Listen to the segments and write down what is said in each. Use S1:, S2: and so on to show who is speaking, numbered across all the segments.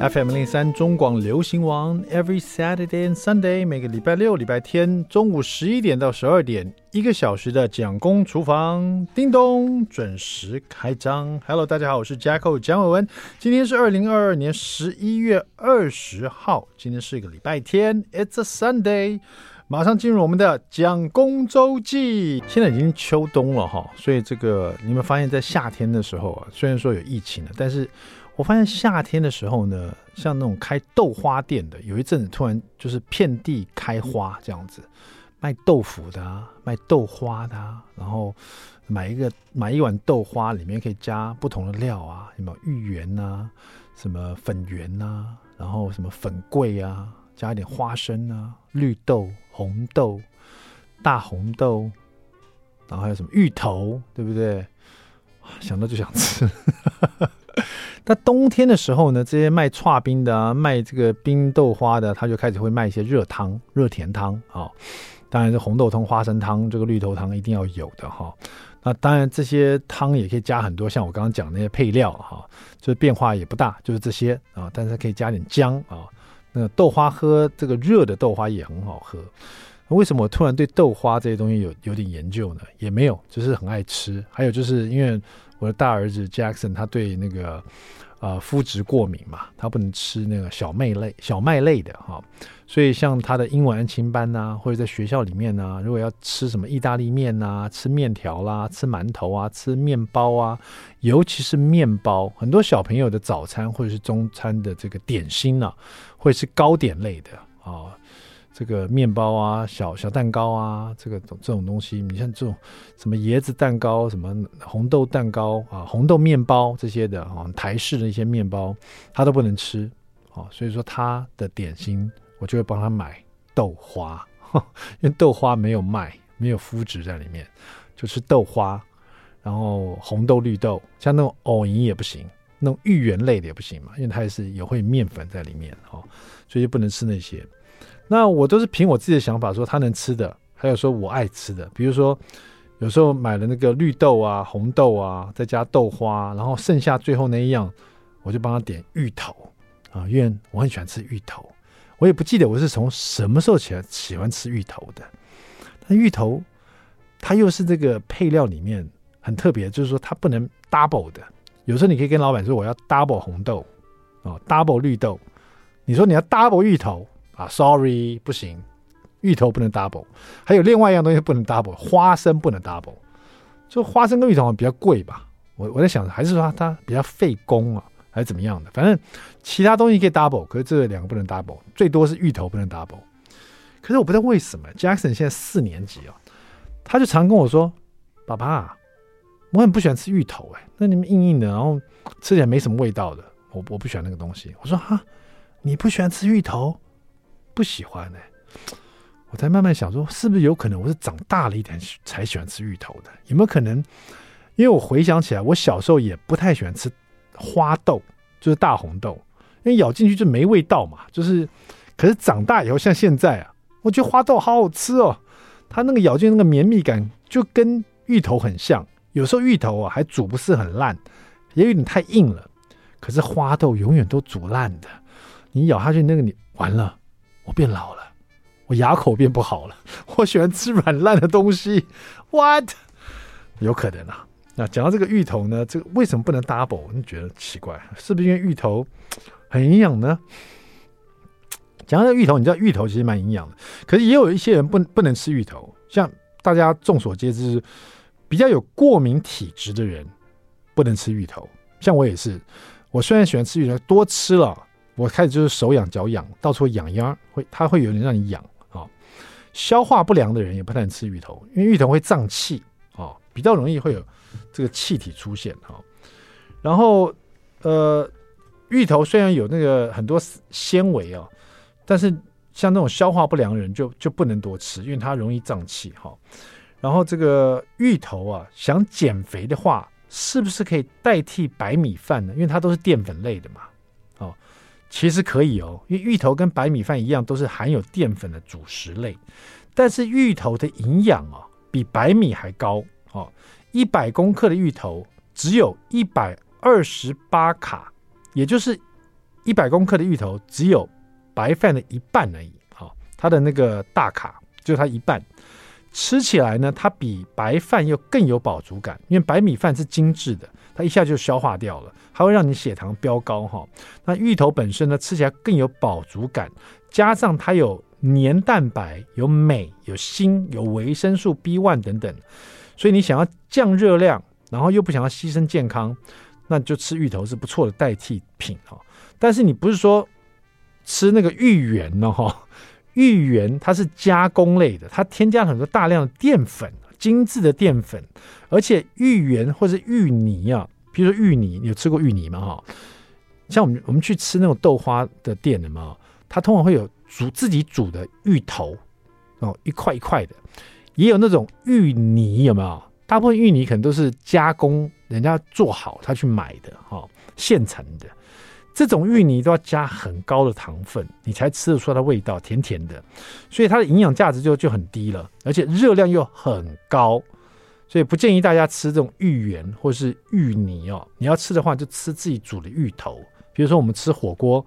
S1: FM 零三中广流行王，Every Saturday and Sunday，每个礼拜六、礼拜天中午十一点到十二点，一个小时的蒋公厨房，叮咚准时开张。Hello，大家好，我是 Jacko 蒋伟文，今天是二零二二年十一月二十号，今天是一个礼拜天，It's a Sunday。马上进入我们的蒋公周记。现在已经秋冬了哈，所以这个你们发现，在夏天的时候啊，虽然说有疫情了，但是我发现夏天的时候呢，像那种开豆花店的，有一阵子突然就是遍地开花这样子，卖豆腐的、啊，卖豆花的、啊，然后买一个买一碗豆花，里面可以加不同的料啊，什么芋圆呐、啊，什么粉圆呐，然后什么粉桂啊，加一点花生啊，绿豆、红豆、大红豆，然后还有什么芋头，对不对？哇想到就想吃。那冬天的时候呢，这些卖串冰的啊，卖这个冰豆花的，他就开始会卖一些热汤、热甜汤啊、哦当然是红豆汤、花生汤，这个绿豆汤一定要有的哈、那当然这些汤也可以加很多，像我刚刚讲的那些配料哈、就是变化也不大，就是这些啊、但是可以加点姜啊、那个豆花喝这个热的豆花也很好喝。为什么我突然对豆花这些东西有有点研究呢？也没有，就是很爱吃。还有就是因为我的大儿子 Jackson 他对那个呃麸质过敏嘛，他不能吃那个小麦类小麦类的哈、所以像他的英文安亲班呐、或者在学校里面呐、如果要吃什么意大利面呐、吃面条啦、吃馒头啊、吃面包啊，尤其是面包，很多小朋友的早餐或者是中餐的这个点心啊，会是糕点类的啊。这个面包啊，小小蛋糕啊，这个这种东西，你像这种什么椰子蛋糕、什么红豆蛋糕啊、红豆面包这些的啊，台式的一些面包，他都不能吃啊，所以说他的点心我就会帮他买豆花， 因为豆花没有卖，没有麸质在里面，就吃豆花，然后红豆、绿豆，像那种藕泥也不行，那种芋圆类的也不行嘛，因为它也是有会面粉在里面哦，所以就不能吃那些。那我都是凭我自己的想法说他能吃的，还有说我爱吃的，比如说有时候买了那个绿豆啊、红豆啊，再加豆花，然后剩下最后那一样，我就帮他点芋头啊，因为我很喜欢吃芋头，我也不记得我是从什么时候起来喜欢吃芋头的。但芋头它又是这个配料里面很特别，就是说它不能 double 的。有时候你可以跟老板说我要 double 红豆啊，double 绿豆，你说你要 double 芋头啊，sorry 不行，芋头不能 double。还有另外一样东西不能 double，花生不能 double。就花生跟芋头好像比较贵吧，我我在想还是说它它比较费工啊，还是怎么样的？反正其他东西可以 double，可是这两个不能 double，最多是芋头不能 double。可是我不知道为什么 Jackson 现在四年级哦，他就常跟我说：“爸爸，我很不喜欢吃芋头、哎，那你们硬硬的，然后吃起来没什么味道的，我我不喜欢那个东西。”我说：“哈，你不喜欢吃芋头？不喜欢欸呢、我才慢慢想说，是不是有可能我是长大了一点才喜欢吃芋头的？有没有可能？因为我回想起来，我小时候也不太喜欢吃花豆，就是大红豆，因为咬进去就没味道嘛。就是，可是长大以后，像现在啊，我觉得花豆好好吃哦，它那个咬进去那个绵密感就跟芋头很像。有时候芋头啊还煮不是很烂，也有点太硬了。可是花豆永远都煮烂的，你咬下去那个你完了，我变老了。我牙口变不好了， 我喜欢吃软烂的东西。What？有可能啊。那讲到这个芋头呢，这个为什么不能 double？我就觉得奇怪，是不是因为芋头很营养呢？讲到芋头，你知道芋头其实蛮营养的，可是也有一些人不不能吃芋头，像大家众所皆知，比较有过敏体质的人不能吃芋头。像我也是，我虽然喜欢吃芋头，多吃了我开始就是手痒脚痒，到处会痒痒，会它会有点让你痒啊、哦消化不良的人也不太能吃芋头，因为芋头会胀气啊、哦比较容易会有这个气体出现哈、哦然后呃，芋头虽然有那个很多纤维哦，但是像那种消化不良的人就就不能多吃，因为它容易胀气哈、然后这个芋头啊，想减肥的话，是不是可以代替白米饭呢？因为它都是淀粉类的嘛。哦，其实可以哦，因为芋头跟白米饭一样，都是含有淀粉的主食类，但是芋头的营养哦，比白米还高哦。一百公克的芋头只有一百二十八卡，也就是一百公克的芋头只有白饭的一半而已。好、它的那个大卡就它一半，吃起来呢，它比白饭又更有饱足感，因为白米饭是精致的，它一下就消化掉了，它会让你血糖飙高哈、那芋头本身呢，吃起来更有饱足感，加上它有黏蛋白、有镁、有锌、有维生素 B one 等等，所以你想要降热量，然后又不想要牺牲健康，那你就吃芋头是不错的代替品哦。但是你不是说吃那个芋圆哦，哈，芋圆它是加工类的，它添加了很多大量的淀粉，精致的淀粉，而且芋圆或是芋泥啊，比如说芋泥，你有吃过芋泥吗？哈，像我们我们去吃那种豆花的店的嘛，哦它通常会有煮自己煮的芋头哦，一块一块的，也有那种芋泥，有没有？大部分芋泥可能都是加工，人家做好他去买的哈、哦，现成的。这种芋泥都要加很高的糖分，你才吃得出它味道，甜甜的，所以它的营养价值就就很低了，而且热量又很高，所以不建议大家吃这种芋圆或是芋泥哦。你要吃的话，就吃自己煮的芋头，比如说我们吃火锅，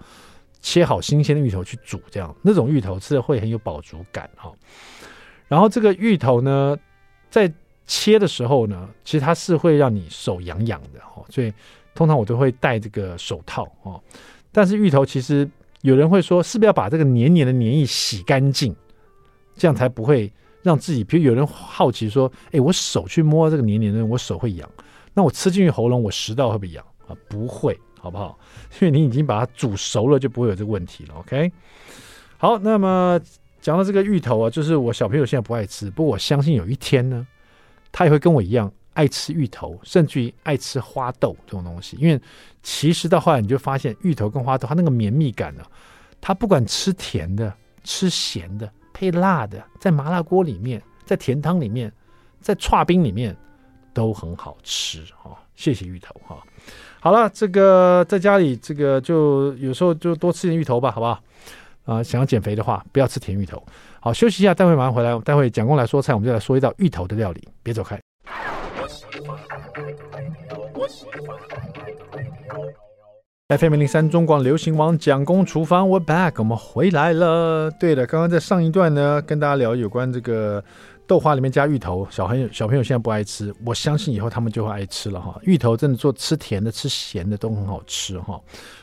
S1: 切好新鲜的芋头去煮，这样那种芋头吃的会很有饱足感哦。然后这个芋头呢，在切的时候呢，其实它是会让你手痒痒的哦，所以通常我都会戴这个手套哦。但是芋头其实有人会说，是不是要把这个黏黏的黏液洗干净，这样才不会让自己？比如有人好奇说，诶，我手去摸这个黏黏的，我手会痒，那我吃进去喉咙，我食道会不会痒啊？不会，好不好？因为你已经把它煮熟了，就不会有这个问题了。OK，好，那么讲到这个芋头啊，就是我小朋友现在不爱吃，不过我相信有一天呢，他也会跟我一样爱吃芋头，甚至于爱吃花豆这种东西。因为其实到后来你就发现，芋头跟花豆它那个绵密感呢、啊，它不管吃甜的、吃咸的、配辣的，在麻辣锅里面、在甜汤里面、在串冰里面都很好吃哦。谢谢芋头哈、好了，这个在家里这个就有时候就多吃点芋头吧，好不好？啊、想要减肥的话，不要吃甜芋头。好，休息一下，待会马上回来。待会蒋工来说菜，我们就来说一道芋头的料理，别走开。FM 零三中广流行王蒋工厨房，We're back，我们回来了。对了，刚刚在上一段呢，跟大家聊有关这个豆花里面加芋头，小朋友小朋友现在不爱吃，我相信以后他们就会爱吃了哈。芋头真的做吃甜的、吃咸的都很好吃哈。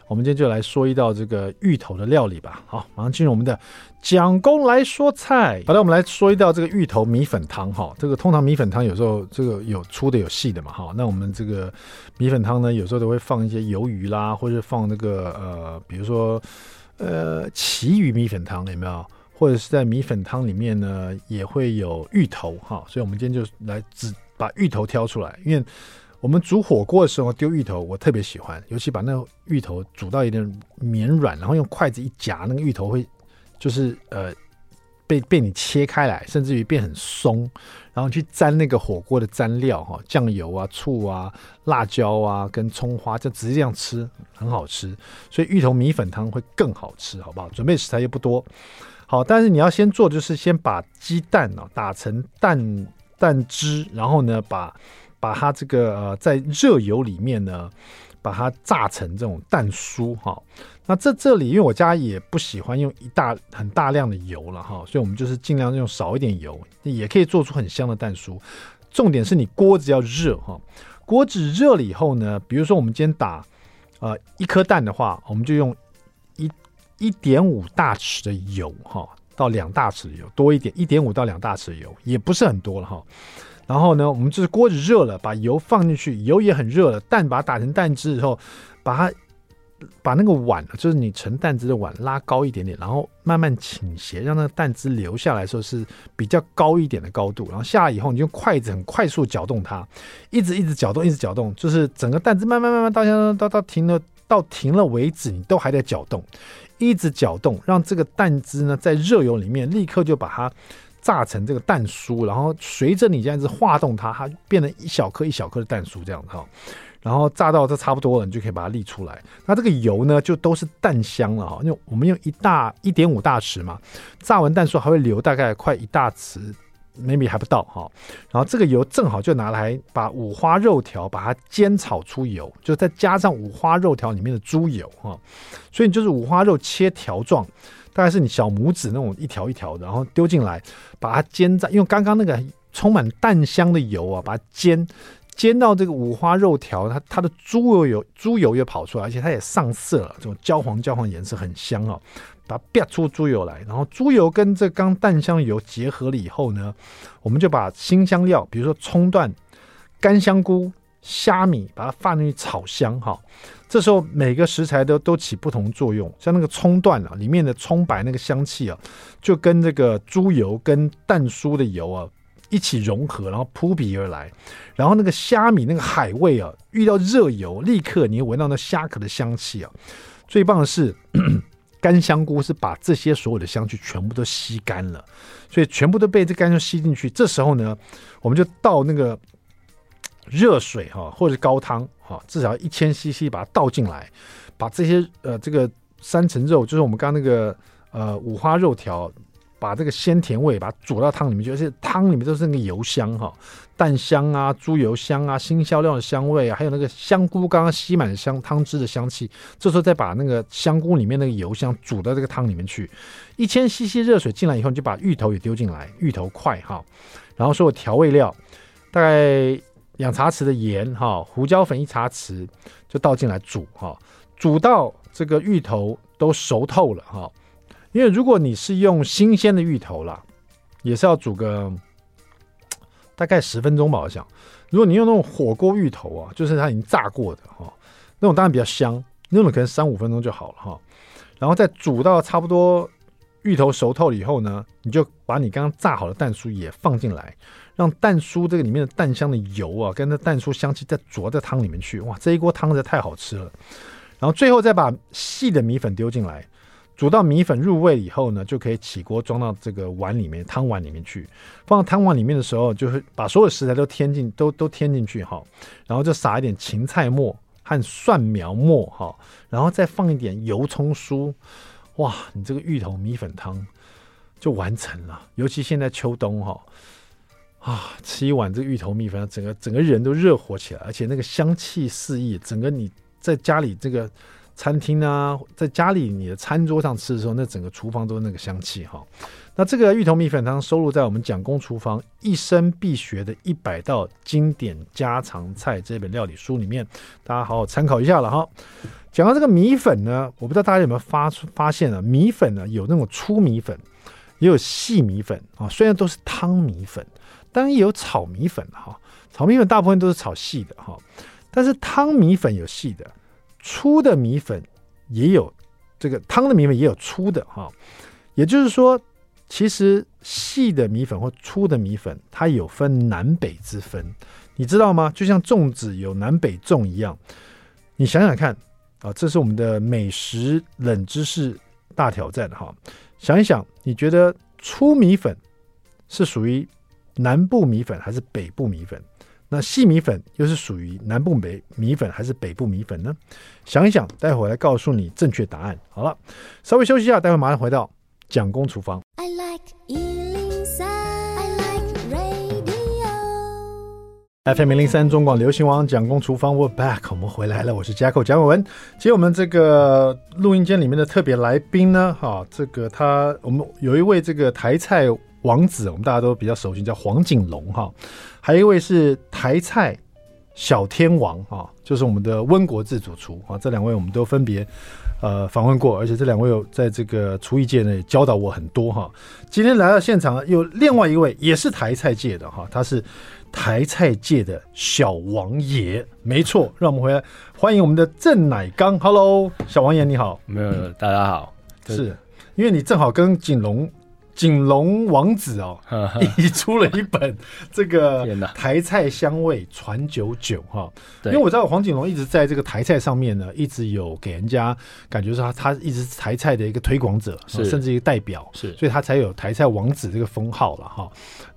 S1: 我们今天就来说一道这个芋头的料理吧。好，马上进入我们的蒋工来说菜。好的，我们来说一道这个芋头米粉汤哈。这个通常米粉汤有时候这个有粗的有细的嘛哈。那我们这个米粉汤呢，有时候都会放一些鱿鱼啦，或者放那个呃，比如说呃旗鱼米粉汤有没有？或者是在米粉汤里面呢，也会有芋头哈。所以我们今天就来只把芋头挑出来，因为我们煮火锅的时候丢芋头，我特别喜欢，尤其把那个芋头煮到有点绵软，然后用筷子一夹，那个芋头会就是呃被被你切开来，甚至于变很松，然后去沾那个火锅的蘸料哈，酱油啊、醋啊、辣椒啊跟葱花，就直接这样吃，很好吃。所以芋头米粉汤会更好吃，好不好？准备食材又不多，好，但是你要先做就是先把鸡蛋哦打成蛋蛋汁，然后呢把把它这个呃在热油里面呢，把它炸成这种蛋酥哈、那这这里因为我家也不喜欢用一大很大量的油了哈，所以我们就是尽量用少一点油，也可以做出很香的蛋酥。重点是你锅子要热哈，锅子热了以后呢，比如说我们今天打呃一颗蛋的话，我们就用一一点五大匙的油哈，到两大匙的油多一点，一点五到两大匙的油也不是很多了哈。然后呢，我们就是锅子热了，把油放进去，油也很热了，蛋把它打成蛋汁以后，把它把那个碗，就是你盛蛋汁的碗拉高一点点，然后慢慢倾斜，让那个蛋汁流下来的时候是比较高一点的高度。然后下来以后，你用筷子很快速搅动它，一直一直搅动，一直搅动，就是整个蛋汁慢慢慢慢到到到到停了到停了为止，你都还在搅动，一直搅动，让这个蛋汁呢在热油里面立刻就把它。炸成这个蛋酥，然后随着你这样子化动它，它变成一小颗一小颗的蛋酥这样子哈。然后炸到这差不多了，你就可以把它沥出来。那这个油呢，就都是蛋香了哈，因为我们用一大一点五大匙嘛，炸完蛋酥还会留大概快一大匙 maybe 还不到哈、然后这个油正好就拿来把五花肉条把它煎炒出油，就再加上五花肉条里面的猪油哈、所以你就是五花肉切条状，大概是你小拇指那种一条一条的，然后丢进来，把它煎在用刚刚那个充满淡香的油啊，把它煎。煎到这个五花肉条，它它的猪油油猪油也跑出来，而且它也上色了，这种焦黄焦黄颜色很香哦。把它煸出猪油来，然后猪油跟这刚淡香油结合了以后呢，我们就把新香料，比如说葱段、干香菇、虾米，把它放进去炒香哈。这时候每个食材都都起不同作用，像那个葱段啊，里面的葱白那个香气啊，就跟这个猪油跟蛋酥的油啊一起融合，然后扑鼻而来。然后那个虾米那个海味啊，遇到热油，立刻你会闻到那虾壳的香气啊。最棒的是， 干香菇是把这些所有的香气全部都吸干了，所以全部都被这干香吸进去。这时候呢，我们就倒那个热水哈、或者是高汤哈、至少一千 CC 把它倒进来，把这些呃这个三层肉，就是我们刚刚那个呃五花肉条，把这个鲜甜味把它煮到汤里面去，而且汤里面都是那个油香哈、蛋香啊、猪油香啊、新香料的香味啊，还有那个香菇刚刚吸满香汤汁的香气，这时候再把那个香菇里面那个油香煮到这个汤里面去。一千 CC 热水进来以后，你就把芋头也丢进来，芋头块哈，然后所有调味料，大概两茶匙的盐哈，胡椒粉一茶匙就倒进来煮哈，煮到这个芋头都熟透了哈。因为如果你是用新鲜的芋头啦，也是要煮个大概十分钟吧，好像。如果你用那种火锅芋头啊，就是它已经炸过的哈、那种当然比较香，那种可能三五分钟就好了哈、然后再煮到差不多芋头熟透了以后呢，你就把你刚刚炸好的蛋酥也放进来，让蛋酥这个里面的蛋香的油啊，跟那蛋酥香气再煮到汤里面去。哇，这一锅汤实在太好吃了。然后最后再把细的米粉丢进来，煮到米粉入味以后呢，就可以起锅装到这个碗里面汤碗里面去。放到汤碗里面的时候，就是把所有食材都添进都都添进去哈，然后就撒一点芹菜末和蒜苗末哈，然后再放一点油葱酥，哇，你这个芋头米粉汤就完成了。尤其现在秋冬哈。啊，吃一碗这个芋头米粉，整个整个人都热火起来，而且那个香气四溢，整个你在家里这个餐厅啊，在家里你的餐桌上吃的时候，那整个厨房都是那个香气哈。那这个芋头米粉汤收录在我们蒋公厨房一生必学的一百道经典家常菜这本料理书里面，大家好好参考一下了哈。讲到这个米粉呢，我不知道大家有没有发出发现啊，米粉呢有那种粗米粉，也有细米粉啊，虽然都是汤米粉，当然也有炒米粉哈、炒米粉大部分都是炒细的哈、但是汤米粉有细的，粗的米粉也有这个汤的米粉也有粗的哈、也就是说，其实细的米粉或粗的米粉，它有分南北之分，你知道吗？就像粽子有南北粽一样，你想想看啊，这是我们的美食冷知识大挑战哈、想一想，你觉得粗米粉是属于南部米粉还是北部米粉？那细米粉又是属于南部北米粉还是北部米粉呢？想一想，待会儿来告诉你正确答案。好了，稍微休息一下，待会儿马上回到蒋公厨房。
S2: I like Ealing Sound. I like radio.
S1: FM 零零三中广流行王蒋公厨房，We're back，我们回来了，我是嘉寇蒋伟文。今天我们这个录音间里面的特别来宾呢，哈、这个他我们有一位这个台菜王子，我们大家都比较熟悉，叫黄景龙哈、还有一位是台菜小天王哈、就是我们的温国志主厨啊、这两位我们都分别呃访问过，而且这两位有在这个厨艺界呢也教导我很多哈、今天来到现场有另外一位也是台菜界的哈、他是。台菜界的小王爷，没错，让我们回来欢迎我们的郑乃刚。Hello，小王爷你好，
S3: 没有，大家好，对
S1: 是因为你正好跟景龙景龙王子哦一起出了一本这个
S3: 天哪
S1: 台菜香味传九九哈，因
S3: 对
S1: 为我知道黄景龙一直在这个台菜上面呢，一直有给人家感觉说他他一直是台菜的一个推广者，
S3: 是
S1: 甚至一个代表，
S3: 是
S1: 所以他才有台菜王子这个封号了哈。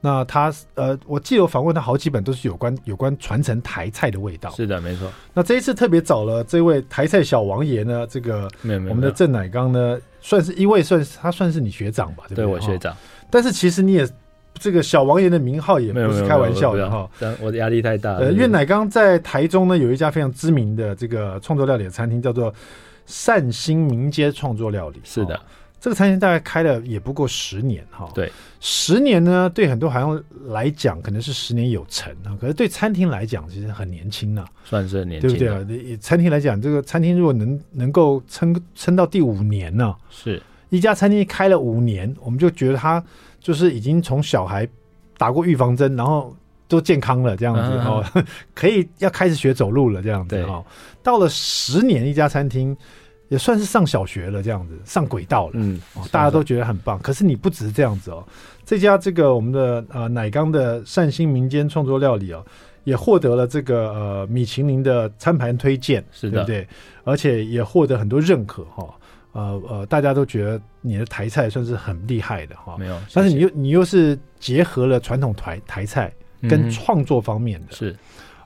S1: 那他呃，我记得我访问他好几本都是有关有关传承台菜的味道。
S3: 是的，没错，
S1: 那这一次特别找了这位台菜小王爷呢，这个
S3: 没有没有，
S1: 我们的
S3: 没有
S1: 郑乃刚呢，算是因为算是他算是你学长吧，对不对
S3: 对我
S1: 哈
S3: 学长，
S1: 但是其实你也这个小王爷的名号也
S3: 没有
S1: 不
S3: 没
S1: 是
S3: 有
S1: 开玩笑的
S3: 没有
S1: 哈。
S3: 但我的啊压力太大了。
S1: 呃，越南刚在台中呢有一家非常知名的这个创作料理的餐厅，叫做善心民街创作料理。
S3: 是的
S1: 哦，这个餐厅大概开了也不过十年哈。
S3: 对，
S1: 十年呢，对很多好像来讲可能是十年有成啊，可是对餐厅来讲其实很年轻啊，
S3: 算是很年
S1: 对不
S3: 轻
S1: 对
S3: 的，
S1: 啊？也餐厅来讲，这个餐厅如果能能够撑撑到第五年呢、
S3: 是
S1: 一家餐厅开了五年，我们就觉得他就是已经从小孩打过预防针，然后都健康了这样子、
S3: 嗯
S1: 哦， 可以要开始学走路了这样子
S3: 对
S1: 哦。到了十年，一家餐厅也算是上小学了这样子，上轨道了。
S3: 嗯
S1: 哦，大家都觉得很棒。可是你不只是这样子哦，这家这个我们的呃奶缸的善心民间创作料理哦，也获得了这个呃米其林的餐盘推荐，
S3: 是
S1: 对
S3: 的
S1: 不对？而且也获得很多认可哈、呃呃，大家都觉得你的台菜算是很厉害的哈、
S3: 没有，
S1: 但是你
S3: 谢
S1: 又你又是结合了传统台台菜
S3: 谢
S1: 跟
S3: 嗯哼
S1: 创作方面的，
S3: 是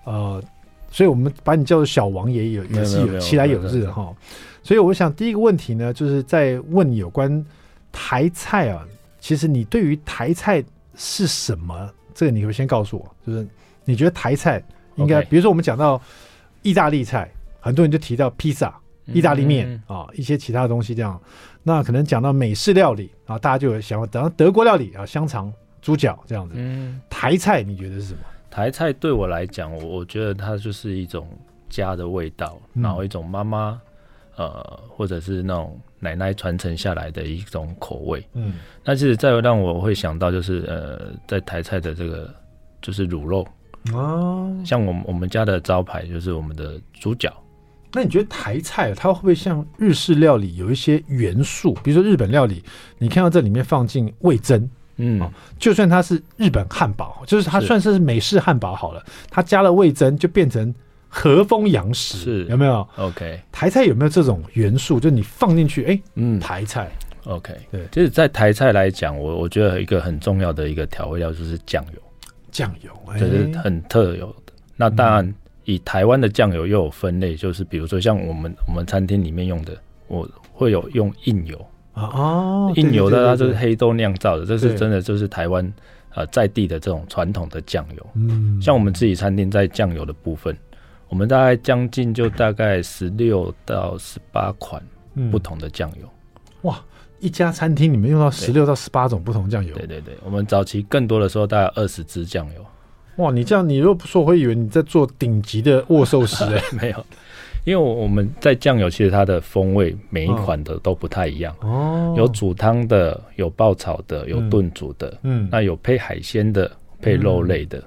S1: 呃，所以我们把你叫做小王爷也
S3: 没
S1: 也
S3: 有
S1: 是
S3: 没有没
S1: 有
S3: 有
S1: 其来有
S3: 没有没
S1: 日
S3: 有
S1: 哈。所以我想第一个问题呢，就是在问你有关台菜啊，其实你对于台菜是什么，这个你会先告诉我，就是你觉得台菜应该
S3: OK
S1: 比如说我们讲到意大利菜，很多人就提到披萨、意大利面
S3: 嗯
S1: 啊、一些其他的东西这样。那可能讲到美式料理啊，大家就有想到，等到德国料理啊，香肠、猪脚这样子。
S3: 嗯，
S1: 台菜你觉得是什么？
S3: 台菜对我来讲，我我觉得它就是一种家的味道，
S1: 嗯
S3: 然后一种妈妈呃，或者是那种奶奶传承下来的一种口味。
S1: 嗯，
S3: 那其实再让我会想到就是呃，在台菜的这个就是卤肉，
S1: 哦，
S3: 像我们我们家的招牌就是我们的猪脚。
S1: 那你觉得台菜它会不会像日式料理有一些元素？比如说日本料理，你看到这里面放进味增，
S3: 嗯，
S1: 哦就算它是日本汉堡，就是它
S3: 是
S1: 算是美式汉堡好了，它加了味增就变成和风洋食，
S3: 是
S1: 有没有？
S3: OK，
S1: 台菜有没有这种元素？就你放进去，哎、
S3: 嗯
S1: 台菜，
S3: ，OK，
S1: 对
S3: 其实，在台菜来讲，我我觉得一个很重要的一个调味料就是酱油，
S1: 酱油，哎、
S3: 这、是很特有的。那当然，以台湾的酱油又有分类，就是比如说像我们我们餐厅里面用的，我会有用硬油，
S1: 啊哦，
S3: 硬油
S1: 对
S3: 的它
S1: 对
S3: 就
S1: 对
S3: 是
S1: 对
S3: 黑豆酿造的，这
S1: 对
S3: 是真的就是台湾呃在地的这种传统的酱油。
S1: 嗯，
S3: 像我们自己餐厅在酱油的部分，我们大概将近就大概十六到十八款
S1: 嗯
S3: 不同的酱油。
S1: 一家餐厅里面用到十六到十八种不同酱油
S3: 对，对对，我们早期更多的时候大概二十支酱油，
S1: 哇，你这样你如果不说，我会以为你在做顶级的握寿司、哎
S3: 没有，因为我们在酱油其实它的风味每
S1: 嗯
S3: 一款的都不太一样，
S1: 哦
S3: 有煮汤的，有爆炒的，有炖煮的，
S1: 嗯，
S3: 那有配海鲜的，配肉类的，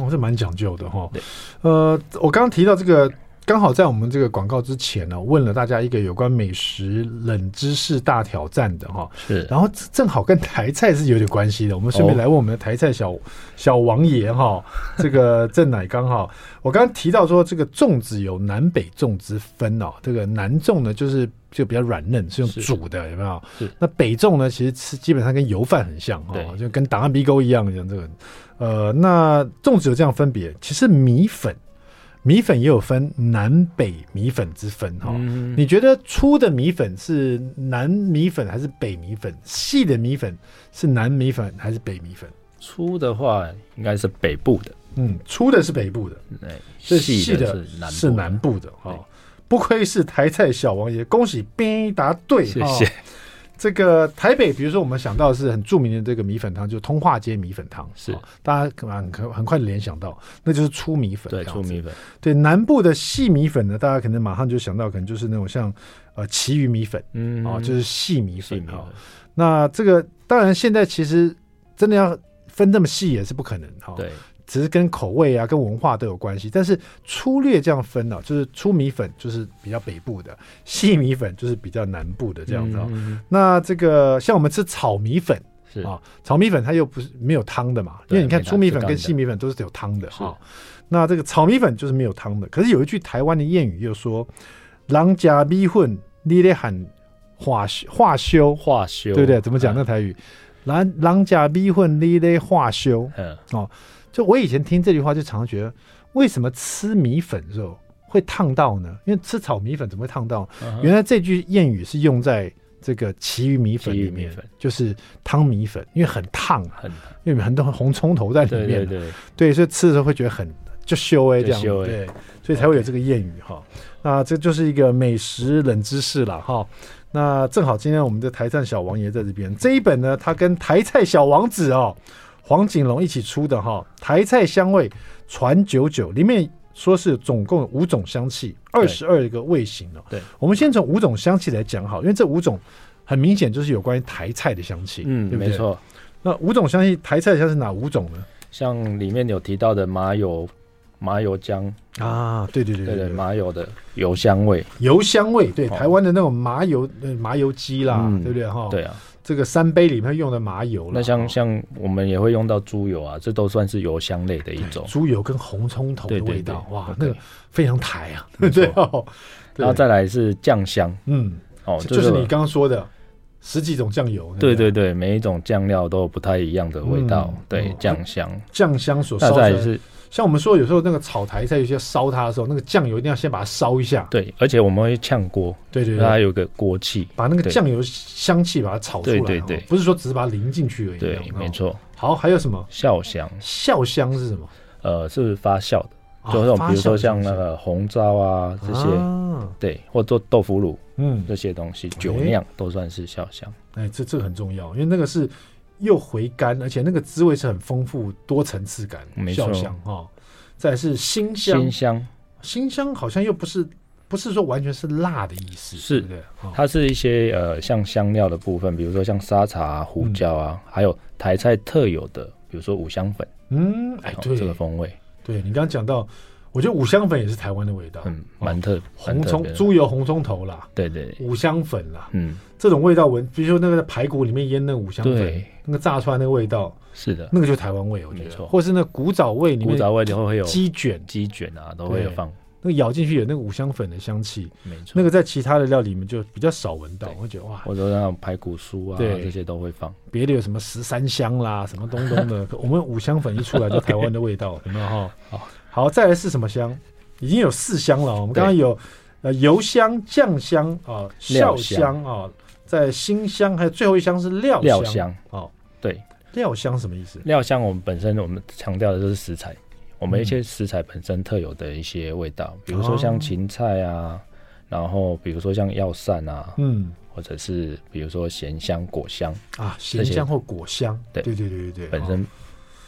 S1: 哦，这蛮讲究的哈
S3: 对。
S1: 呃，我刚刚提到这个，刚好在我们这个广告之前呢、问了大家一个有关美食冷知识大挑战的哈，
S3: 是
S1: 然后正好跟台菜是有点关系的，我们顺便
S3: 哦
S1: 来问我们的台菜小、小王爷哈，这个郑乃刚哈，我刚刚提到说这个粽子有南北粽之分哦，这个南粽呢就是就比较软嫩，是用
S3: 是
S1: 煮的，有没有
S3: 是？
S1: 那北粽呢，其实吃基本上跟油饭很像哈、
S3: 对
S1: 就跟档案鼻沟一样，像这个，呃，那粽子有这样分别，其实米粉，米粉也有分南北米粉之分哈、
S3: 嗯
S1: 你觉得粗的米粉是南米粉还是北米粉？细的米粉是南米粉还是北米粉？
S3: 粗的话应该是北部的，
S1: 嗯，粗的是北部的，
S3: 哎，
S1: 这
S3: 细
S1: 的
S3: 是南部
S1: 是南
S3: 的
S1: 部的哈、
S3: 对
S1: 哦。不愧是台菜小王爷，恭喜编一答对
S3: 谢
S1: 哈
S3: 谢，
S1: 这个台北，比如说我们想到的是很著名的这个米粉汤，就通化街米粉汤，
S3: 是
S1: 哦大家可能很很很快地联想到，那就是粗米粉，
S3: 对，粗米
S1: 粉。
S3: 粉，
S1: 对南部的细米粉呢，大家可能马上就想到，可能就是那种像呃旗鱼米粉
S3: 嗯啊
S1: 哦，就是细米
S3: 细
S1: 粉
S3: 米
S1: 哦
S3: 粉。，
S1: 那这个当然现在其实真的要分这么细也是不可能哈、哦，
S3: 对，
S1: 只是跟口味啊、跟文化都有关系。但是粗略这样分呢、就是粗米粉就是比较北部的，细米粉就是比较南部的这样子、哦。
S3: 嗯，嗯嗯
S1: 那这个像我们吃炒米粉
S3: 是
S1: 啊、炒米粉它又不是没有汤的嘛，因
S3: 对
S1: 为你看
S3: 没汤
S1: 粗米粉
S3: 是干
S1: 跟
S3: 的
S1: 细米粉都是有汤的
S3: 是
S1: 哈、那这个炒米粉就是没有汤的。可是有一句台湾的谚语又说：“狼家米混，你咧喊化化修。”
S3: 化修，
S1: 对不对？怎么讲那
S3: 嗯？
S1: 台语？狼狼假逼混哩嘞化修。
S3: 嗯，
S1: 就我以前听这句话，就常常觉得，为什么吃米粉的时候会烫到呢？因为吃炒米粉怎么会烫到？
S3: 嗯哼
S1: 原来这句谚语是用在这个奇鱼米粉
S3: 鲫
S1: 里
S3: 鱼米
S1: 面，
S3: 粉，
S1: 就是汤米粉，因为很烫，
S3: 很
S1: 因为有很多红葱头在里面
S3: 对
S1: 啊，
S3: 对对，
S1: 对，所以吃的时候会觉得很就羞哎这样，
S3: 就羞欸
S1: 对，所以才会有这个谚语哈。那这就是一个美食冷知识了哈。那正好今天我们的台菜小王爷在这边，这一本呢，他跟台菜小王子哦黄景龙一起出的哈，《台菜香味传九九》里面。说是总共有五种香气，二十二个味型哦。
S3: 对，
S1: 我们先从五种香气来讲好，因为这五种很明显就是有关于台菜的香气，
S3: 嗯，
S1: 对不对
S3: 没。错。
S1: 那五种香气，台菜香是哪五种呢？
S3: 像里面有提到的麻油、麻油姜，
S1: 啊，对对对
S3: 对
S1: 对
S3: 对，麻油的油香味，
S1: 油香味，对，
S3: 哦
S1: 台湾的那种麻油，呃，麻油鸡啦，
S3: 嗯
S1: 对不对哈？，
S3: 对啊。
S1: 这个三杯里面用的麻油啦，
S3: 那像
S1: 哈
S3: 像我们也会用到猪油啊，这都算是油香类的一种。
S1: 猪油跟红葱头的
S3: 对对
S1: 味道，
S3: 对
S1: 哇
S3: 对，
S1: 那个非常台啊，对
S3: 没
S1: 不
S3: 错
S1: 对哦？对
S3: 然后再来是酱香
S1: 嗯，
S3: 哦，
S1: 就
S3: 这
S1: 就是
S3: 个
S1: 你刚刚说的十几种酱油，
S3: 对
S1: 不
S3: 对，对，每一种酱料都有不太一样的味道
S1: 嗯，
S3: 对
S1: 嗯
S3: 酱香。
S1: 酱香所
S3: 那
S1: 烧出
S3: 再
S1: 来
S3: 来，是
S1: 像我们说有时候那个炒台菜，有些烧它的时候，那个酱油一定要先把它烧一下，
S3: 对，而且我们会炝锅，
S1: 对对
S3: 让它
S1: 对，
S3: 有个锅气。
S1: 把那个
S3: 对
S1: 酱油香气把它炒出来，
S3: 对对
S1: 哦
S3: 对
S1: 不是说只是把它淋进去而已，
S3: 对
S1: 这样，
S3: 没。
S1: 哦
S3: 错，
S1: 好，还有什么？
S3: 酵香，
S1: 笑香是什么？
S3: 呃，是发酵的，
S1: 啊
S3: 就是
S1: 发
S3: 比如
S1: 酵
S3: 说
S1: 的香
S3: 像那
S1: 气
S3: 个红糟啊这些，
S1: 啊
S3: 对，或做豆腐乳
S1: 嗯，
S3: 这些东西，酒酿都算是酵香。
S1: 哎，这这个很重要，因为那个是又回甘，而且那个滋味是很丰富、多层次感，
S3: 没错
S1: 酵香哈、哦。再来是辛香
S3: 新，香，
S1: 辛香好像又不是不是说完全是辣的意思，
S3: 是
S1: 对不对？哦
S3: 它是一些呃像香料的部分，比如说像沙茶、啊、胡
S1: 嗯
S3: 椒啊，还有台菜特有的，比如说五香粉，
S1: 嗯，哎，
S3: 哦
S1: 对，
S3: 这个风味，
S1: 对你刚刚讲到，我觉得五香粉也是台湾的味道，
S3: 嗯，蛮特
S1: 哦红
S3: 蛮特别
S1: 葱
S3: 的
S1: 猪油红葱头啦，
S3: 对对，
S1: 五香粉啦，
S3: 嗯，
S1: 这种味道闻，比如说那个排骨里面腌那个五香粉
S3: 对，
S1: 那个炸出来那个味道，
S3: 是的，
S1: 那个就是台湾味，我觉
S3: 没
S1: 得，
S3: 错
S1: 或是那古早味里
S3: 古
S1: 面
S3: 早味里会有
S1: 鸡卷。
S3: 鸡卷啊，都会
S1: 对
S3: 有放，
S1: 那个咬进去有那个五香粉的香气，
S3: 没错，
S1: 那个在其他的料理里面就比较少闻到，
S3: 对
S1: 我会觉得哇，
S3: 或者那种排骨酥啊，
S1: 对
S3: 这些都会放，
S1: 别的有什么十三香啦，什么东东 的，可我们五香粉一出来就台湾的味道，有没有哈？
S3: 好，
S1: 好，再来是什么香？已经有四香了哦，我们刚刚有呃油香、酱香啊、
S3: 料
S1: 酵香啊，在新香，还有最后一香是嗯料
S3: 料
S1: 香
S3: 香，
S1: 哦。
S3: 对，
S1: 料香什么意思？
S3: 料香我们本身我们强调的就是食材，我
S1: 嗯
S3: 们一些食材本身特有的一些味道，比
S1: 哦
S3: 如说像芹菜啊，然后比如说像药膳啊，
S1: 嗯
S3: 或者是比如说咸香、果香，
S1: 啊，咸
S3: 这些
S1: 香或果香，
S3: 对
S1: 对对对对对，
S3: 本
S1: 哦
S3: 身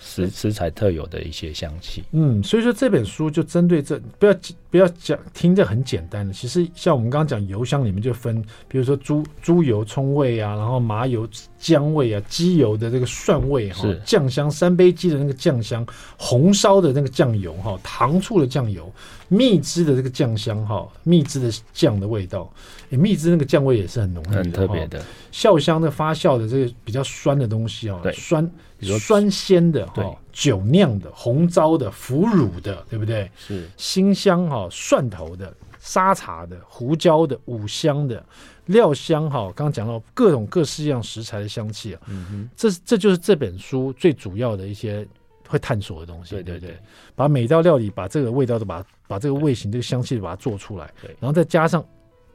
S3: 食食材特有的一些香气。
S1: 嗯，所以说这本书就针对这，不要不要讲听着很简单的，其实像我们刚刚讲油香里面就分，比如说猪猪油葱味啊，然后麻油姜味啊，鸡油的这个蒜味哈
S3: 是，
S1: 酱香三杯鸡的那个酱香，红烧的那个酱油哈，糖醋的酱油，蜜汁的这个酱香哈，蜜汁的酱的味道，诶蜜汁那个酱味也是很浓郁的，
S3: 很特别
S1: 哈。
S3: 的，
S1: 酵香的发酵的这个比较酸的东西哦，
S3: 对
S1: 酸
S3: 比如说
S1: 酸鲜的哈、
S3: 对
S1: 酒酿的、红糟的、腐乳的，对不对？
S3: 是
S1: 辛香哈、蒜头的、沙茶的、胡椒的、五香的、料香哈、刚刚讲到各种各式样食材的香气啊，
S3: 嗯哼，
S1: 这这就是这本书最主要的一些会探索的东西，
S3: 对对
S1: 不
S3: 对，
S1: 把每道料理把这个味道都把把这个味型、这个香气把它做出来
S3: 对，
S1: 然后再加上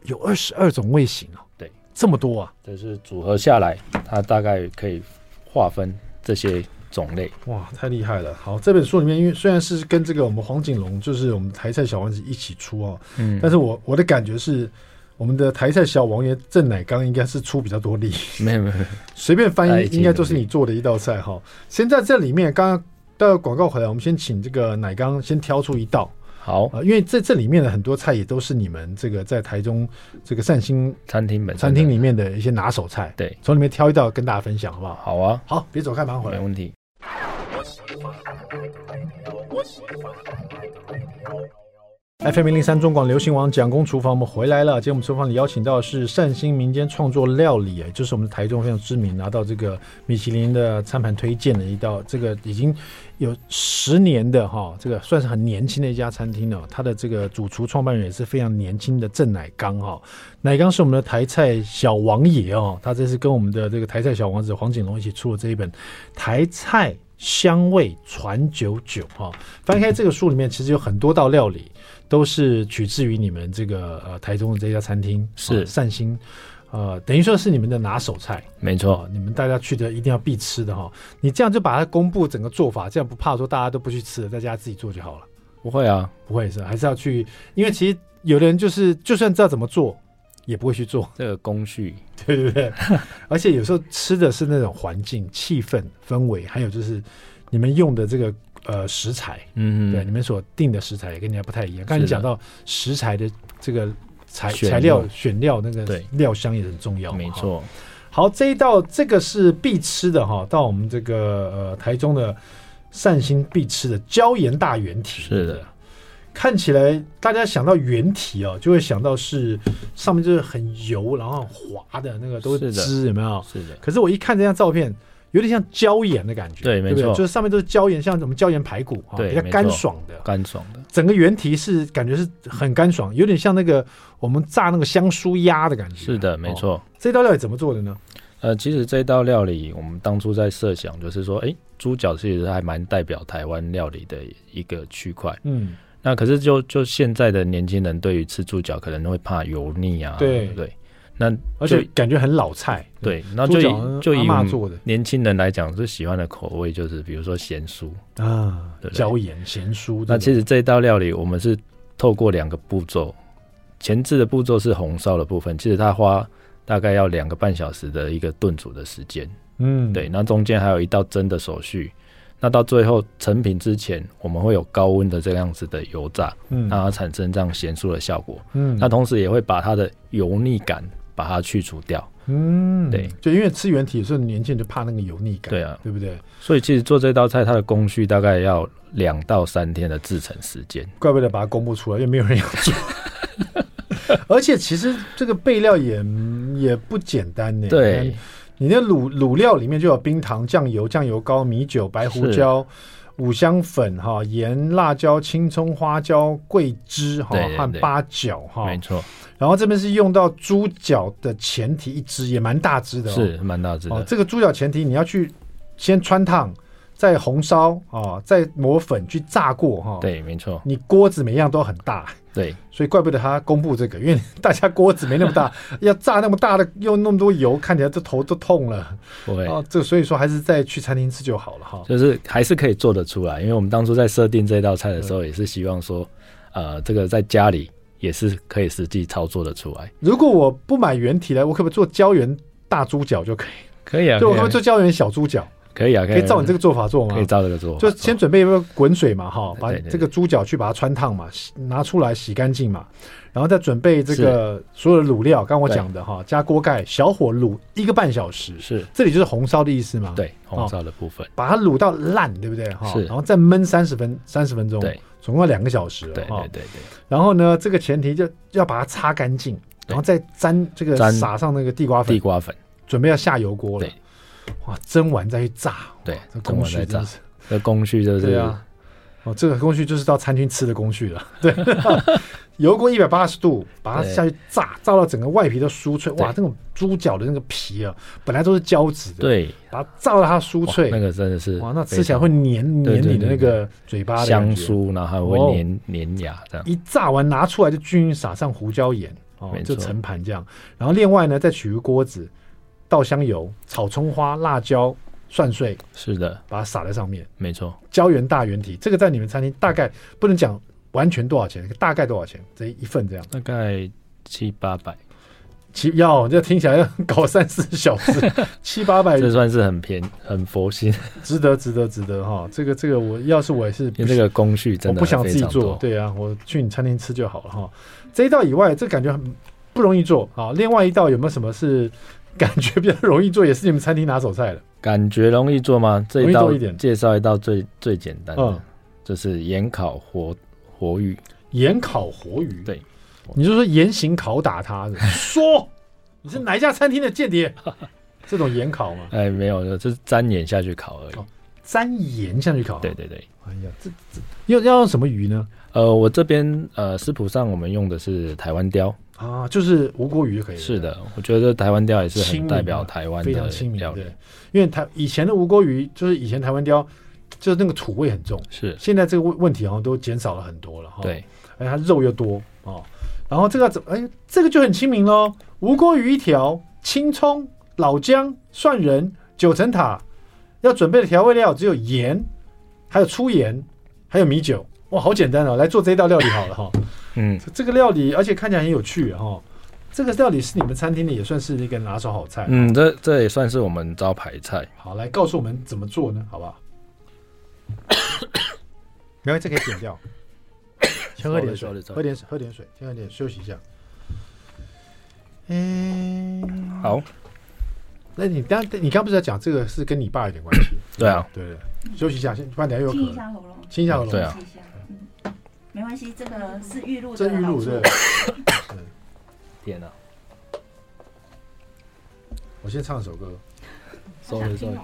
S1: 有二十二种味型哦，
S3: 对，
S1: 这么多啊，
S3: 这是组合下来，它大概可以划分这些种类。
S1: 哇，太厉害了！好，这本书里面，因为虽然是跟这个我们黄景龙，就是我们台菜小王子一起出哦，
S3: 嗯
S1: 但是我我的感觉是，我们的台菜小王爷郑乃刚应该是出比较多力，
S3: 没有没有，没有
S1: 随便翻
S3: 哎
S1: 译
S3: 请
S1: 应该都是你做的一道菜哈、现在这里面，刚刚到广告回来，我们先请这个乃刚先挑出一道
S3: 好，
S1: 啊、因为这这里面的很多菜也都是你们这个在台中这个善心
S3: 餐厅本身
S1: 餐厅
S3: 的
S1: 里面的一些拿手菜，
S3: 对，
S1: 从里面挑一道跟大家分享好不好？
S3: 好啊，
S1: 好，别走开，马上回来
S3: 没。问题。
S1: FM 零三中广流行网蒋公厨房，我们回来了。今天我们厨房里邀请到的是善心民间创作料理，也就是我们台中非常知名，拿到这个米其林的餐盘推荐的一道，这个已经有十年的哈，这个算是很年轻的一家餐厅了。它的这个主厨创办人也是非常年轻的郑乃刚哈，乃刚是我们的台菜小王爷哦，他这次跟我们的这个台菜小王子黄景龙一起出了这一本《台菜香味传九九》哈。翻开这个书里面，其实有很多道料理。都是取自于你们这个呃台中的这家餐厅
S3: 是
S1: 啊善心呃，等于说是你们的拿手菜
S3: 没
S1: 哦、
S3: 错，
S1: 你们大家去的一定要必吃的哈、哦你这样就把它公布整个做法，这样不怕说大家都不去吃了，在家自己做就好了。
S3: 不会啊，
S1: 不会是吧还是要去，因为其实有的人就是就算知道怎么做，也不会去做，
S3: 这个工序
S1: 对不对？而且有时候吃的是那种环境、气氛、氛围，还有就是你们用的这个呃食材，
S3: 嗯
S1: 对，你们所定的食材也跟人家不太一样。刚
S3: 是
S1: 才你
S3: 的
S1: 讲到食材的这个材
S3: 选
S1: 材料
S3: 料
S1: 选料那个
S3: 对
S1: 料香也很重要，
S3: 没。错，
S1: 好，这一道这个是必吃的哈，到我们这个呃台中的善心必吃的椒盐大圆蹄。啊
S3: 是的，
S1: 看起来大家想到圆蹄哦，就会想到是上面就是很油，然后很滑的那个都是
S3: 是的
S1: 汁，有没有？
S3: 是的，
S1: 可是我一看这张照片，有点像椒盐的感觉，
S3: 对
S1: 不
S3: 没错
S1: 就是上面都是椒盐，像什么椒盐排骨啊，
S3: 对
S1: 比较
S3: 没错
S1: 干爽的。
S3: 干爽的，
S1: 整个原题是感觉是很干爽，有点像那个我们炸那个香酥鸭的感觉。
S3: 是的，没
S1: 哦
S3: 错。
S1: 这道料理怎么做的呢？
S3: 呃，其实这道料理，我们当初在设想就是说，诶，猪脚其实还蛮代表台湾料理的一个区块。
S1: 嗯，
S3: 那可是就就现在的年轻人对于吃猪脚可能会怕油腻啊，
S1: 对
S3: 不对？那
S1: 而且感觉很老菜。，嗯
S3: 对，那
S1: 猪
S3: 就
S1: 脚呢
S3: 以就
S1: 阿
S3: 以
S1: 嬷
S3: 我们
S1: 做的
S3: 年轻人来讲，最喜欢的口味就是比如说咸酥。
S1: 啊
S3: 对，不对
S1: 椒盐咸酥。
S3: 那其
S1: 实
S3: 实这道料理我们是透过两个步骤，前置的步骤是红烧的部分，其实它花大概要两个半小时的一个炖煮的时间。
S1: 嗯
S3: 对，那中间还有一道蒸的手续。那到最后成品之前，我们会有高温的这样子的油炸，
S1: 嗯
S3: 让它产生这样咸酥的效果。
S1: 嗯
S3: 啊那同时也会把它的油腻感把它去除掉。
S1: 嗯
S3: 对，
S1: 就因为吃原体，有时候年轻人就怕那个油腻感，
S3: 对啊
S1: 对不对？
S3: 所以其实做这道菜，它的工序大概要两到三天的制成时间。
S1: 怪不得把它公布出来，又没有人要做。 而且其实这个备料也也不简单呢。
S3: 对，
S1: 你的卤卤料里面就有冰糖、酱油、酱油膏、米酒、白胡椒、五香粉哈、盐、辣椒、青葱、花椒、桂枝哈
S3: 对对对
S1: 和八角哈
S3: 没。错，
S1: 然后这边是用到猪脚的前蹄一只，也蛮大只的、哦。
S3: 是蛮大致
S1: 哦，
S3: 的。
S1: 这个猪脚前蹄你要去先穿烫，再红烧哦，再磨粉去炸过哈、，
S3: 对，没错，
S1: 你锅子每样都很大。
S3: 对，
S1: 所以怪不得他公布这个，因为大家锅子没那么 大，要炸那么大的，用那么多油，看起来这头都痛了。
S3: 不会，
S1: 哦，这所以说还是再去餐厅吃就好了哈。
S3: 就是还是可以做得出来。因为我们当初在设定这道菜的时候，也是希望说，呃，这个在家里也是可以实际操作的出来。
S1: 如果我不买原体来，我可不可以做胶原大猪脚就可以？
S3: 可以啊，
S1: 就我
S3: 可
S1: 可
S3: 以
S1: 不可以
S3: 啊
S1: 做胶原小猪脚？
S3: 可以啊，
S1: 可以照你这
S3: 个，
S1: 个做法做吗
S3: 可以？照这个做法做，
S1: 就先准备一个滚水嘛，哈，把
S3: 对对对
S1: 这个猪脚去把它穿烫嘛，洗拿出来洗干净嘛，然后再准备这个所有的卤料，刚刚我讲的哈，加锅盖，小火卤一个半小时，
S3: 是
S1: 这里就是红烧的意思嘛，
S3: 对红烧的部分，
S1: 把它卤到烂，对不对？哈，
S3: 是
S1: 然后再焖三十分三十分钟，
S3: 对，
S1: 总共要两个小时了，
S3: 对
S1: 哈
S3: 对对对，
S1: 然后呢，这个前提就要把它擦干净，然后再沾这个
S3: 沾
S1: 撒上那个地瓜
S3: 地
S1: 粉，
S3: 瓜粉，
S1: 准备要下油锅了
S3: 对。
S1: 哇，蒸完再去炸，
S3: 对
S1: 哦这，
S3: 中
S1: 工
S3: 完
S1: 序
S3: 再
S1: 真
S3: 炸
S1: 的，是，
S3: 这工序就是
S1: 对啊。哦，这个工序就是到餐厅吃的工序了，对， 油锅一百八十度，把它
S3: 对
S1: 下去炸，炸到整个外皮都酥脆，哇，那
S3: 对
S1: 种猪脚的那个皮啊，本来都是胶质的，，
S3: 对，
S1: 把它炸到它酥
S3: 哇
S1: 脆
S3: 那，个真的是
S1: 哇，那吃
S3: 非
S1: 起来
S3: 常
S1: 会黏
S3: 对
S1: 黏
S3: 对
S1: 你的
S3: 对
S1: 那个嘴巴的
S3: 香
S1: 感觉，
S3: 酥，然后还
S1: 哦
S3: 会粘粘牙这样。
S1: 一炸完拿出来就均匀撒上胡椒盐，哦
S3: 没，
S1: 就
S3: 错
S1: 盛盘这样。然后另外呢，再取一个锅子，倒香油、炒葱花、辣椒、蒜碎，
S3: 是的，
S1: 把它撒在上面。
S3: 没错，
S1: 胶原大原体，这个在你们餐厅大概不能讲完全多少钱，大概多少钱这一份这样。
S3: 大概七八百，
S1: 其要这听起来要搞三四小时， 七八百，
S3: 这算是很便很佛心，
S1: 值得值得值得哈。这个这个我要是我也是不
S3: 因为这个工序真
S1: 我
S3: 的
S1: 不想
S3: 非
S1: 自己
S3: 常
S1: 做，
S3: 多，
S1: 对啊，我去你餐厅吃就好了哈。这一道以外，这感觉很不容易做啊。另外一道有没有什么是感觉比较容易做，也是你们餐厅拿手菜的？
S3: 感觉容易做吗？这
S1: 容
S3: 一
S1: 易做
S3: 道
S1: 一点
S3: 介绍一道最最简单的，
S1: 嗯
S3: 就是盐烤活活鱼，
S1: 盐烤活鱼，
S3: 对，
S1: 你就说严刑拷打 他，说你是哪一家餐厅的间谍？这种盐烤嘛，
S3: 哎，没有，就是沾盐下去烤而已。
S1: 哦沾盐下去烤。
S3: 对，对对，
S1: 哎呀，这这要要用什么鱼呢？
S3: 呃，我这边呃食谱上我们用的是台湾鲷，
S1: 啊，就是无锅鱼就可以了。
S3: 是的，我觉得台湾鲷也是
S1: 亲民
S3: 很
S1: 啊
S3: 代表台湾
S1: 非
S3: 的
S1: 常亲民
S3: 料理
S1: 对，，因为台以前的无锅鱼就是以前台湾鲷，就是那个土味很重。
S3: 是，
S1: 现在这个问问题好像都减少了很多了哈。，哦
S3: 对，
S1: 哎，它肉又多哦，然后这个要怎哎，这个就很亲民喽。吴锅鱼一条，青葱、老姜、蒜仁、九层塔。要准备的调味料只有盐，还有粗盐，还有米酒。哇，好简单哦！来做这一道料理好了哈、
S3: 嗯，
S1: 这个料理，而且看起来很有趣啊哈、这个料理是你们餐厅的，也算是一个拿手好菜。
S3: 嗯，这这也算是我们招牌菜。
S1: 好，来告诉我们怎么做呢，好不好？ 没关系，这可以剪掉。先喝点水
S3: Sorry, sorry,，sorry
S1: 喝点水，喝点水，先喝点水，休息一下。嗯、
S3: 好，
S1: 那你刚你刚不是在讲这个是跟你爸有点关系？
S3: 对啊，
S1: 对对，休息一下，先不然等下又
S4: 清一
S1: 渴了，
S4: 下喉咙，
S1: 清一下喉咙。
S3: 对啊
S4: 清一下，嗯，没关系，这个是玉露的
S1: 真玉
S4: 好
S1: 露
S4: 处
S1: 对。
S3: 天哪
S1: 我先唱首歌。
S4: 好想听哦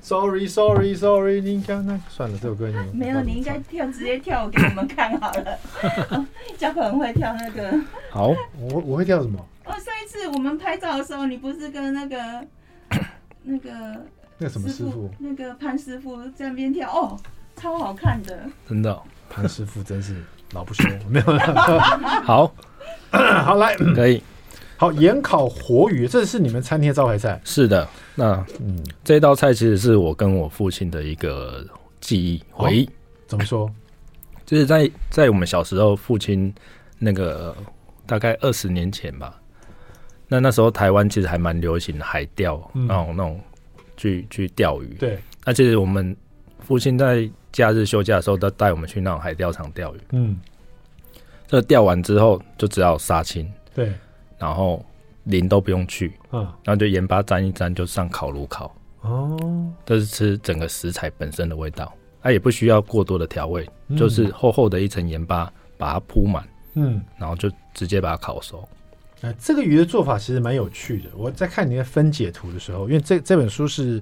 S1: Sorry, Sorry, Sorry，你刚那算了，这首歌你
S4: 啊没有，你应该跳，直接跳给我们看 好了。教可很会跳那个。
S3: 好，
S1: 我我会跳什么？
S4: 哦，上一次我们拍照的时候，你不是跟那个那个
S1: 那什么师傅？
S4: 那个潘师傅在那边跳，哦，超好看的。
S3: 真的哦
S1: 潘师傅真是老不休，没有了。
S3: 好，
S1: 好来，
S3: 可以，
S1: 好盐烤活鱼，这是你们餐厅的招牌菜。
S3: 是的。那
S1: 嗯，
S3: 这道菜其实是我跟我父亲的一个记忆回忆，
S1: 怎么说？
S3: 就是在在我们小时候，父亲那个大概二十年前吧。那那时候台湾其实还蛮流行海钓，
S1: 嗯
S3: 那种那种去去钓鱼。
S1: 对，
S3: 那其实我们父亲在假日休假的时候，都带我们去那种海钓场钓鱼。
S1: 嗯，
S3: 这钓完之后，就只要杀青，
S1: 对，
S3: 然后鳞都不用去，
S1: 啊，
S3: 然后就盐巴沾一沾，就上烤炉烤。
S1: 哦，
S3: 这是吃整个食材本身的味道，它也不需要过多的调味，就是厚厚的一层盐巴把它铺满，
S1: 嗯，
S3: 然后就直接把它烤熟。
S1: 呃，这个鱼的做法其实蛮有趣的。我在看你的分解图的时候，因为这这本书是，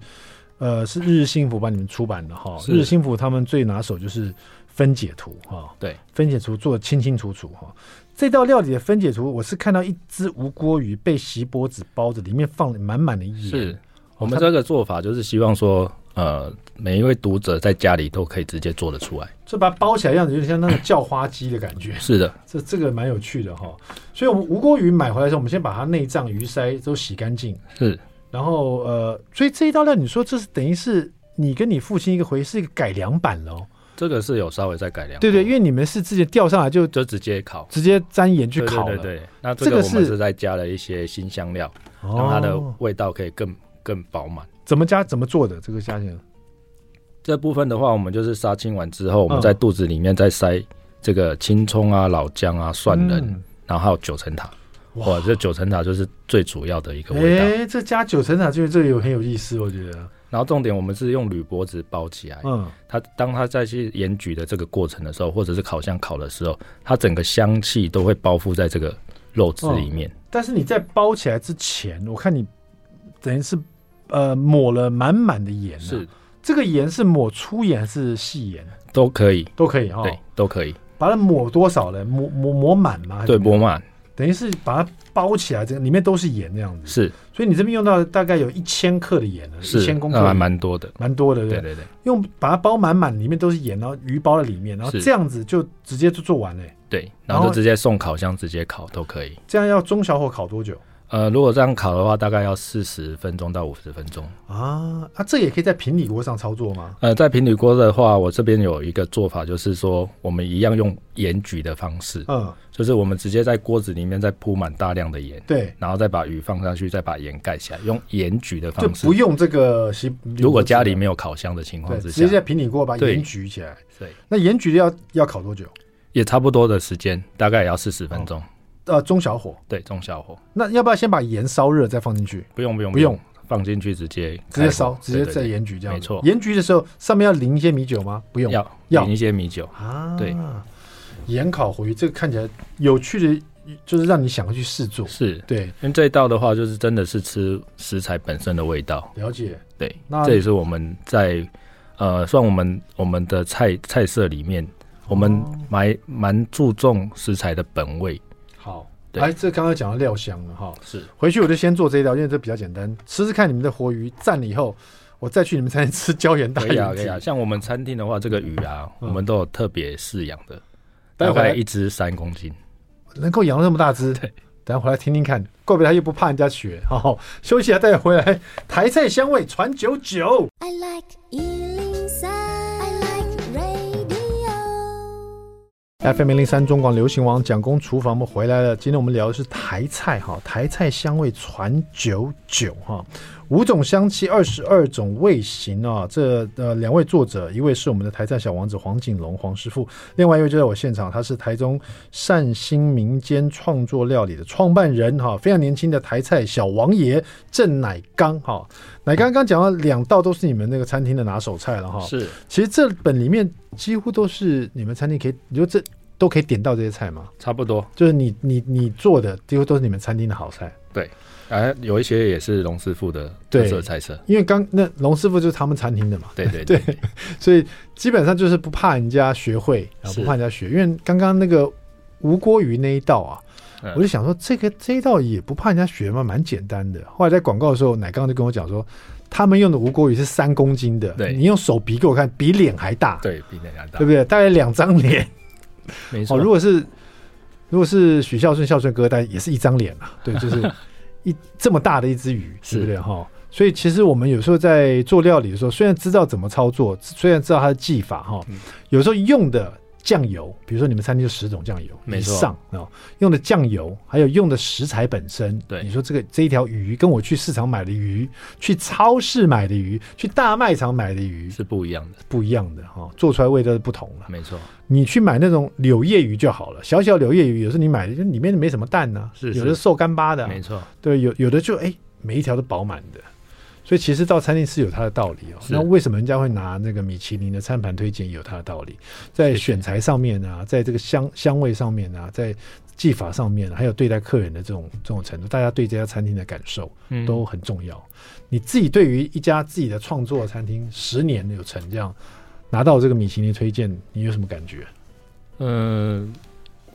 S1: 呃，是日日幸福帮你们出版的哈。
S3: 是
S1: 日日幸福他们最拿手就是分解图哈。
S3: 对，
S1: 分解图做的清清楚楚哈。这道料理的分解图，我是看到一只无锅鱼被锡箔纸包着，里面放了满满的盐。
S3: 是我
S1: 哦
S3: 们这个做法，就是希望说，呃，每一位读者在家里都可以直接做得出来。
S1: 就把它包起来，样子有点像那个叫花鸡的感觉。
S3: 是的，
S1: 这这个蛮有趣的哈。所以，我们无锅鱼买回来的时候，我们先把它内脏、鱼鳃都洗干净，
S3: 是
S1: 然后呃，所以这一道料，你说这是等于是你跟你父亲一个回忆，是一个改良版哦喽？
S3: 这个是有稍微再改良过，
S1: 对对，因为你们是直接钓上来就
S3: 就直接烤。
S1: 直接沾盐去烤
S3: 对
S1: 了，
S3: 对对，那
S1: 这
S3: 这
S1: 个
S3: 个我们
S1: 是
S3: 是在加了一些新香料，
S1: 哦
S3: 让它的味道可以更更饱满。
S1: 怎么加怎么做的这个价钱？
S3: 这部分的话，我们就是杀青完之后，我们
S1: 嗯
S3: 在肚子里面再塞这个青葱啊、老姜啊、蒜仁，
S1: 嗯
S3: 然后还有九层塔。
S1: 哇
S3: 哇，这九层塔就是最主要的一个味道。
S1: 哎，这加九层塔就是这个有很有意思，我觉得，
S3: 然后重点，我们是用铝箔纸包起来。
S1: 嗯，
S3: 它当它再去盐焗的这个过程的时候，或者是烤箱烤的时候，它整个香气都会包覆在这个肉质里面。
S1: 但是你在包起来之前，我看你等于是呃抹了满满的盐、啊，
S3: 是
S1: 这个盐是抹粗盐还是细盐
S3: 都可以，
S1: 都可以哈、
S3: 对，都可以，
S1: 把它抹多少呢？抹抹抹满吗？还是
S3: 对，
S1: 怎么样
S3: 波曼
S1: 等于是把它包起来，这个里面都是盐那样子。
S3: 是
S1: 所以你这边用到大概有一千克的盐呢，一
S3: 是
S1: 千，公克
S3: 那还
S1: 的盐，
S3: 蛮多的。
S1: 蛮多的，对
S3: 对
S1: 不对？
S3: 对对
S1: 用把它包满满，里面都是盐，然后鱼包在里面，然后
S3: 是
S1: 这样子就直接就做完了。
S3: 对，
S1: 然
S3: 然
S1: 后
S3: 后就直接送烤箱直接烤都可以。
S1: 这样要中小火烤多久
S3: 呃，如果这样烤的话，大概要四十分钟到五十分钟。
S1: 啊？啊，这也可以在平底锅上操作吗？
S3: 呃，在平底锅的话，我这边有一个做法，就是说我们一样用盐焗的方式，
S1: 嗯，
S3: 就是我们直接在锅子里面再铺满大量的盐，
S1: 对，
S3: 然后再把鱼放上去，再把盐盖起来，用盐焗的
S1: 就
S3: 方式
S1: 不。用这个洗。
S3: 如果家里没有烤箱的情况
S1: 对，
S3: 之
S1: 直
S3: 下
S1: 接，在平底锅把
S3: 对
S1: 盐焗起来。
S3: 对，
S1: 那盐焗要要烤多久？
S3: 也差不多的时间，大概也要四十分钟。
S1: 呃，中小火。
S3: 对，中小火，
S1: 那要不要先把盐烧热再放进去？
S3: 不用不用
S1: 不用，
S3: 放进去直接
S1: 直
S3: 开
S1: 接
S3: 火
S1: 烧，直接
S3: 对对
S1: 在
S3: 对
S1: 盐焗这样子。
S3: 没错
S1: 盐焗的时候上面要淋一些米酒吗？不用。
S3: 要
S1: 要
S3: 淋一些米酒。
S1: 啊，
S3: 对，
S1: 盐烤活鱼这个看起来有趣的，就是让你想要去试做。
S3: 是，
S1: 对，
S3: 因为这一道的话，就是真的是吃食材本身的味道。
S1: 了解。
S3: 对
S1: 那，
S3: 这也是我们在呃，算我们我们的菜菜色里面，我们
S1: 哦
S3: 蛮蛮注重食材的本味。
S1: 好，
S3: 对
S1: 哎，这刚刚讲到料香了哈，
S3: 是，
S1: 回去我就先做这一道，因为这比较简单，吃吃看你们的活鱼蘸了以后，我再去你们餐厅吃椒盐大
S3: 可以啊，
S1: 鱼
S3: 可
S1: 蹄
S3: 以。啊。像我们餐厅的话，这个鱼啊，
S1: 嗯
S3: 我们都有特别饲养的，
S1: 待
S3: 大
S1: 会儿
S3: 概
S1: 来
S3: 一只三公斤。
S1: 能够养那么大只，
S3: 对，
S1: 等一下回来听听看，怪不得他又不怕人家学。好好休息一下，待会回来。台菜香味传九九。
S2: I like Ealing Sound. I like radio.
S1: FM 零零三中广流行王蒋公厨房，我们回来了。今天我们聊的是台菜哈，台菜香味传九九哈，五种香气，二十二种味型啊。这呃两位作者，一位是我们的台菜小王子黄景龙黄师傅，另外一位就在我现场，他是台中善心民间创作料理的创办人哈，非常年轻的台菜小王爷郑乃刚哈。乃刚刚讲到两道都是你们那个餐厅的拿手菜了哈，
S3: 是
S1: 其实这本里面几乎都是你们餐厅可以，你说这都可以点到这些菜吗？
S3: 差不多。
S1: 就是你你你做的几乎都是你们餐厅的好菜，
S3: 啊，有一些也是龙师傅的特色菜色。
S1: 因为刚那龙师傅就是他们餐厅的嘛，
S3: 对对
S1: 对，所以基本上就是不怕人家学会，啊，
S3: 是
S1: 不怕人家学。因为刚刚那个吴锅鱼那一道啊，
S3: 嗯
S1: 我就想说这个这一道也不怕人家学嘛，蛮简单的。后来在广告的时候，奶刚就跟我讲说，他们用的吴锅鱼是三公斤的，
S3: 对
S1: 你用手比给我看，比脸还大，
S3: 对比那家大
S1: 对，不对？大概两张脸。
S3: 没错。
S1: 哦，如果是如果是许孝顺孝顺哥，但也是一张脸 啊，对，就是一这么大的一只鱼，对
S3: 是
S1: 不对哈？所以其实我们有时候在做料理的时候，虽然知道怎么操作，虽然知道它的技法哈
S3: 嗯，
S1: 有时候用的酱油，比如说你们餐厅就十种酱油
S3: 没
S1: 以
S3: 错
S1: 上啊，用的酱油，还有用的食材本身，
S3: 对
S1: 你说这个这一条鱼跟我去市场买的鱼，去超市买的鱼，去大卖场买的鱼是
S3: 是不一样的，
S1: 不一样的哈，做出来味道是不同了。
S3: 没错，
S1: 你去买那种柳叶鱼就好了，小小柳叶鱼，有时候你买的就里面没什么蛋呢、
S3: 是是
S1: 有的瘦干巴的啊、
S3: 没错，
S1: 对，有有的就哎每一条都饱满的，所以其实到餐厅是有它的道理哦。
S3: 是
S1: 那为什么人家会拿那个米其林的餐盘推荐也有它的道理，在
S3: 谢谢
S1: 选材上面啊，在这个香香味上面啊，在技法上面啊、还有对待客人的这种这种程度，大家对这家餐厅的感受
S3: 嗯
S1: 都很重要。你自己对于一家自己的创作餐厅十年有成这样。拿到这个米其林推荐，你有什么感觉？
S3: 嗯，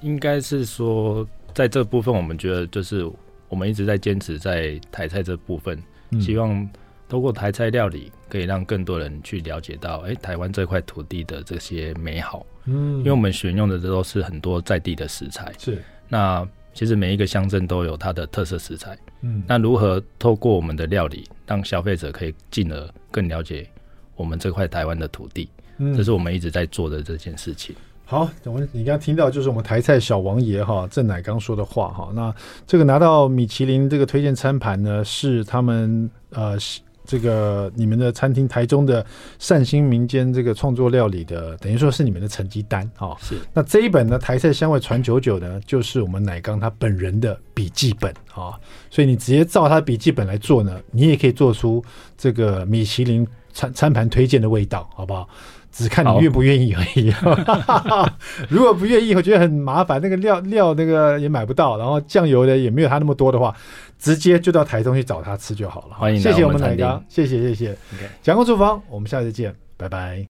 S3: 应该是说在这部分，我们觉得就是我们一直在坚持在台菜这部分，
S1: 嗯
S3: 希望通过台菜料理可以让更多人去了解到，哎、台湾这块土地的这些美好，
S1: 嗯
S3: 因为我们选用的都是很多在地的食材，
S1: 是，
S3: 那。其实每一个乡镇都有它的特色食材，
S1: 嗯，
S3: 那如何透过我们的料理，让消费者可以进而更了解我们这块台湾的土地，
S1: 嗯
S3: 这是我们一直在做的这件事情。
S1: 好。我们你刚刚听到就是我们台菜小王爷哈郑乃刚说的话哈。那这个拿到米其林这个推荐餐盘呢，是他们呃是这个你们的餐厅台中的善心民间这个创作料理的，等于说是你们的成绩单啊哈。
S3: 是
S1: 那这一本呢，台菜香味传九九呢，就是我们奶刚他本人的笔记本啊、所以你直接照他的笔记本来做呢，你也可以做出这个米其林餐餐盘推荐的味道，好不好？只看你
S3: 好
S1: 愿不愿意而已。 如果不愿意，我觉得很麻烦，那个料料那个也买不到，然后酱油的也没有他那么多的话，直接就到台中去找他吃就好了。
S3: 欢迎来
S1: 谢谢
S3: 我
S1: 我们
S3: 们
S1: 奶
S3: 餐厅
S1: 刚，谢谢谢谢。
S3: OK
S1: 蒋公厨房，我们下次见，拜拜。